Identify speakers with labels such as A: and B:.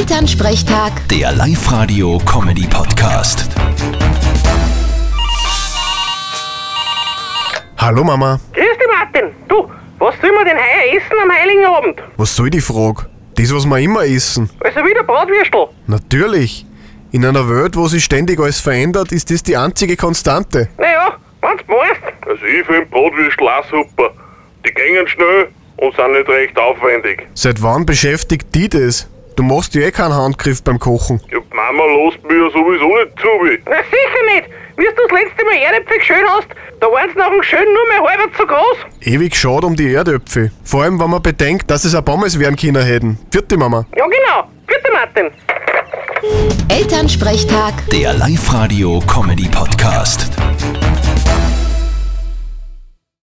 A: Elternsprechtag,
B: Der Live-Radio-Comedy-Podcast.
C: Hallo Mama,
D: Grüß dich, Martin. Du, was sollen wir denn heuer essen am Heiligen Abend?
C: was soll die Frage? Das, was wir immer essen.
D: Also wieder Bratwürstel.
C: Natürlich. In einer Welt, wo sich ständig alles verändert, ist das die einzige Konstante.
D: Naja, wenn's meinst.
E: Also ich finde Bratwürstel auch super. Die gängen schnell und sind nicht recht aufwendig.
C: Seit wann beschäftigt die das? Du machst ja eh keinen Handgriff beim Kochen.
E: Ja, die Mama lässt mich ja sowieso nicht zu.
D: Na sicher nicht. Wie du das letzte Mal Erdäpfel geschön hast, da waren's nach dem Schön nur mehr halber zu groß.
C: Ewig schade um die Erdöpfe. Vor allem, wenn man bedenkt, dass es auch Pommes wären können hätten. Vierte Mama.
D: Ja, genau. Bitte, Martin.
A: Elternsprechtag.
B: Der Live-Radio-Comedy-Podcast.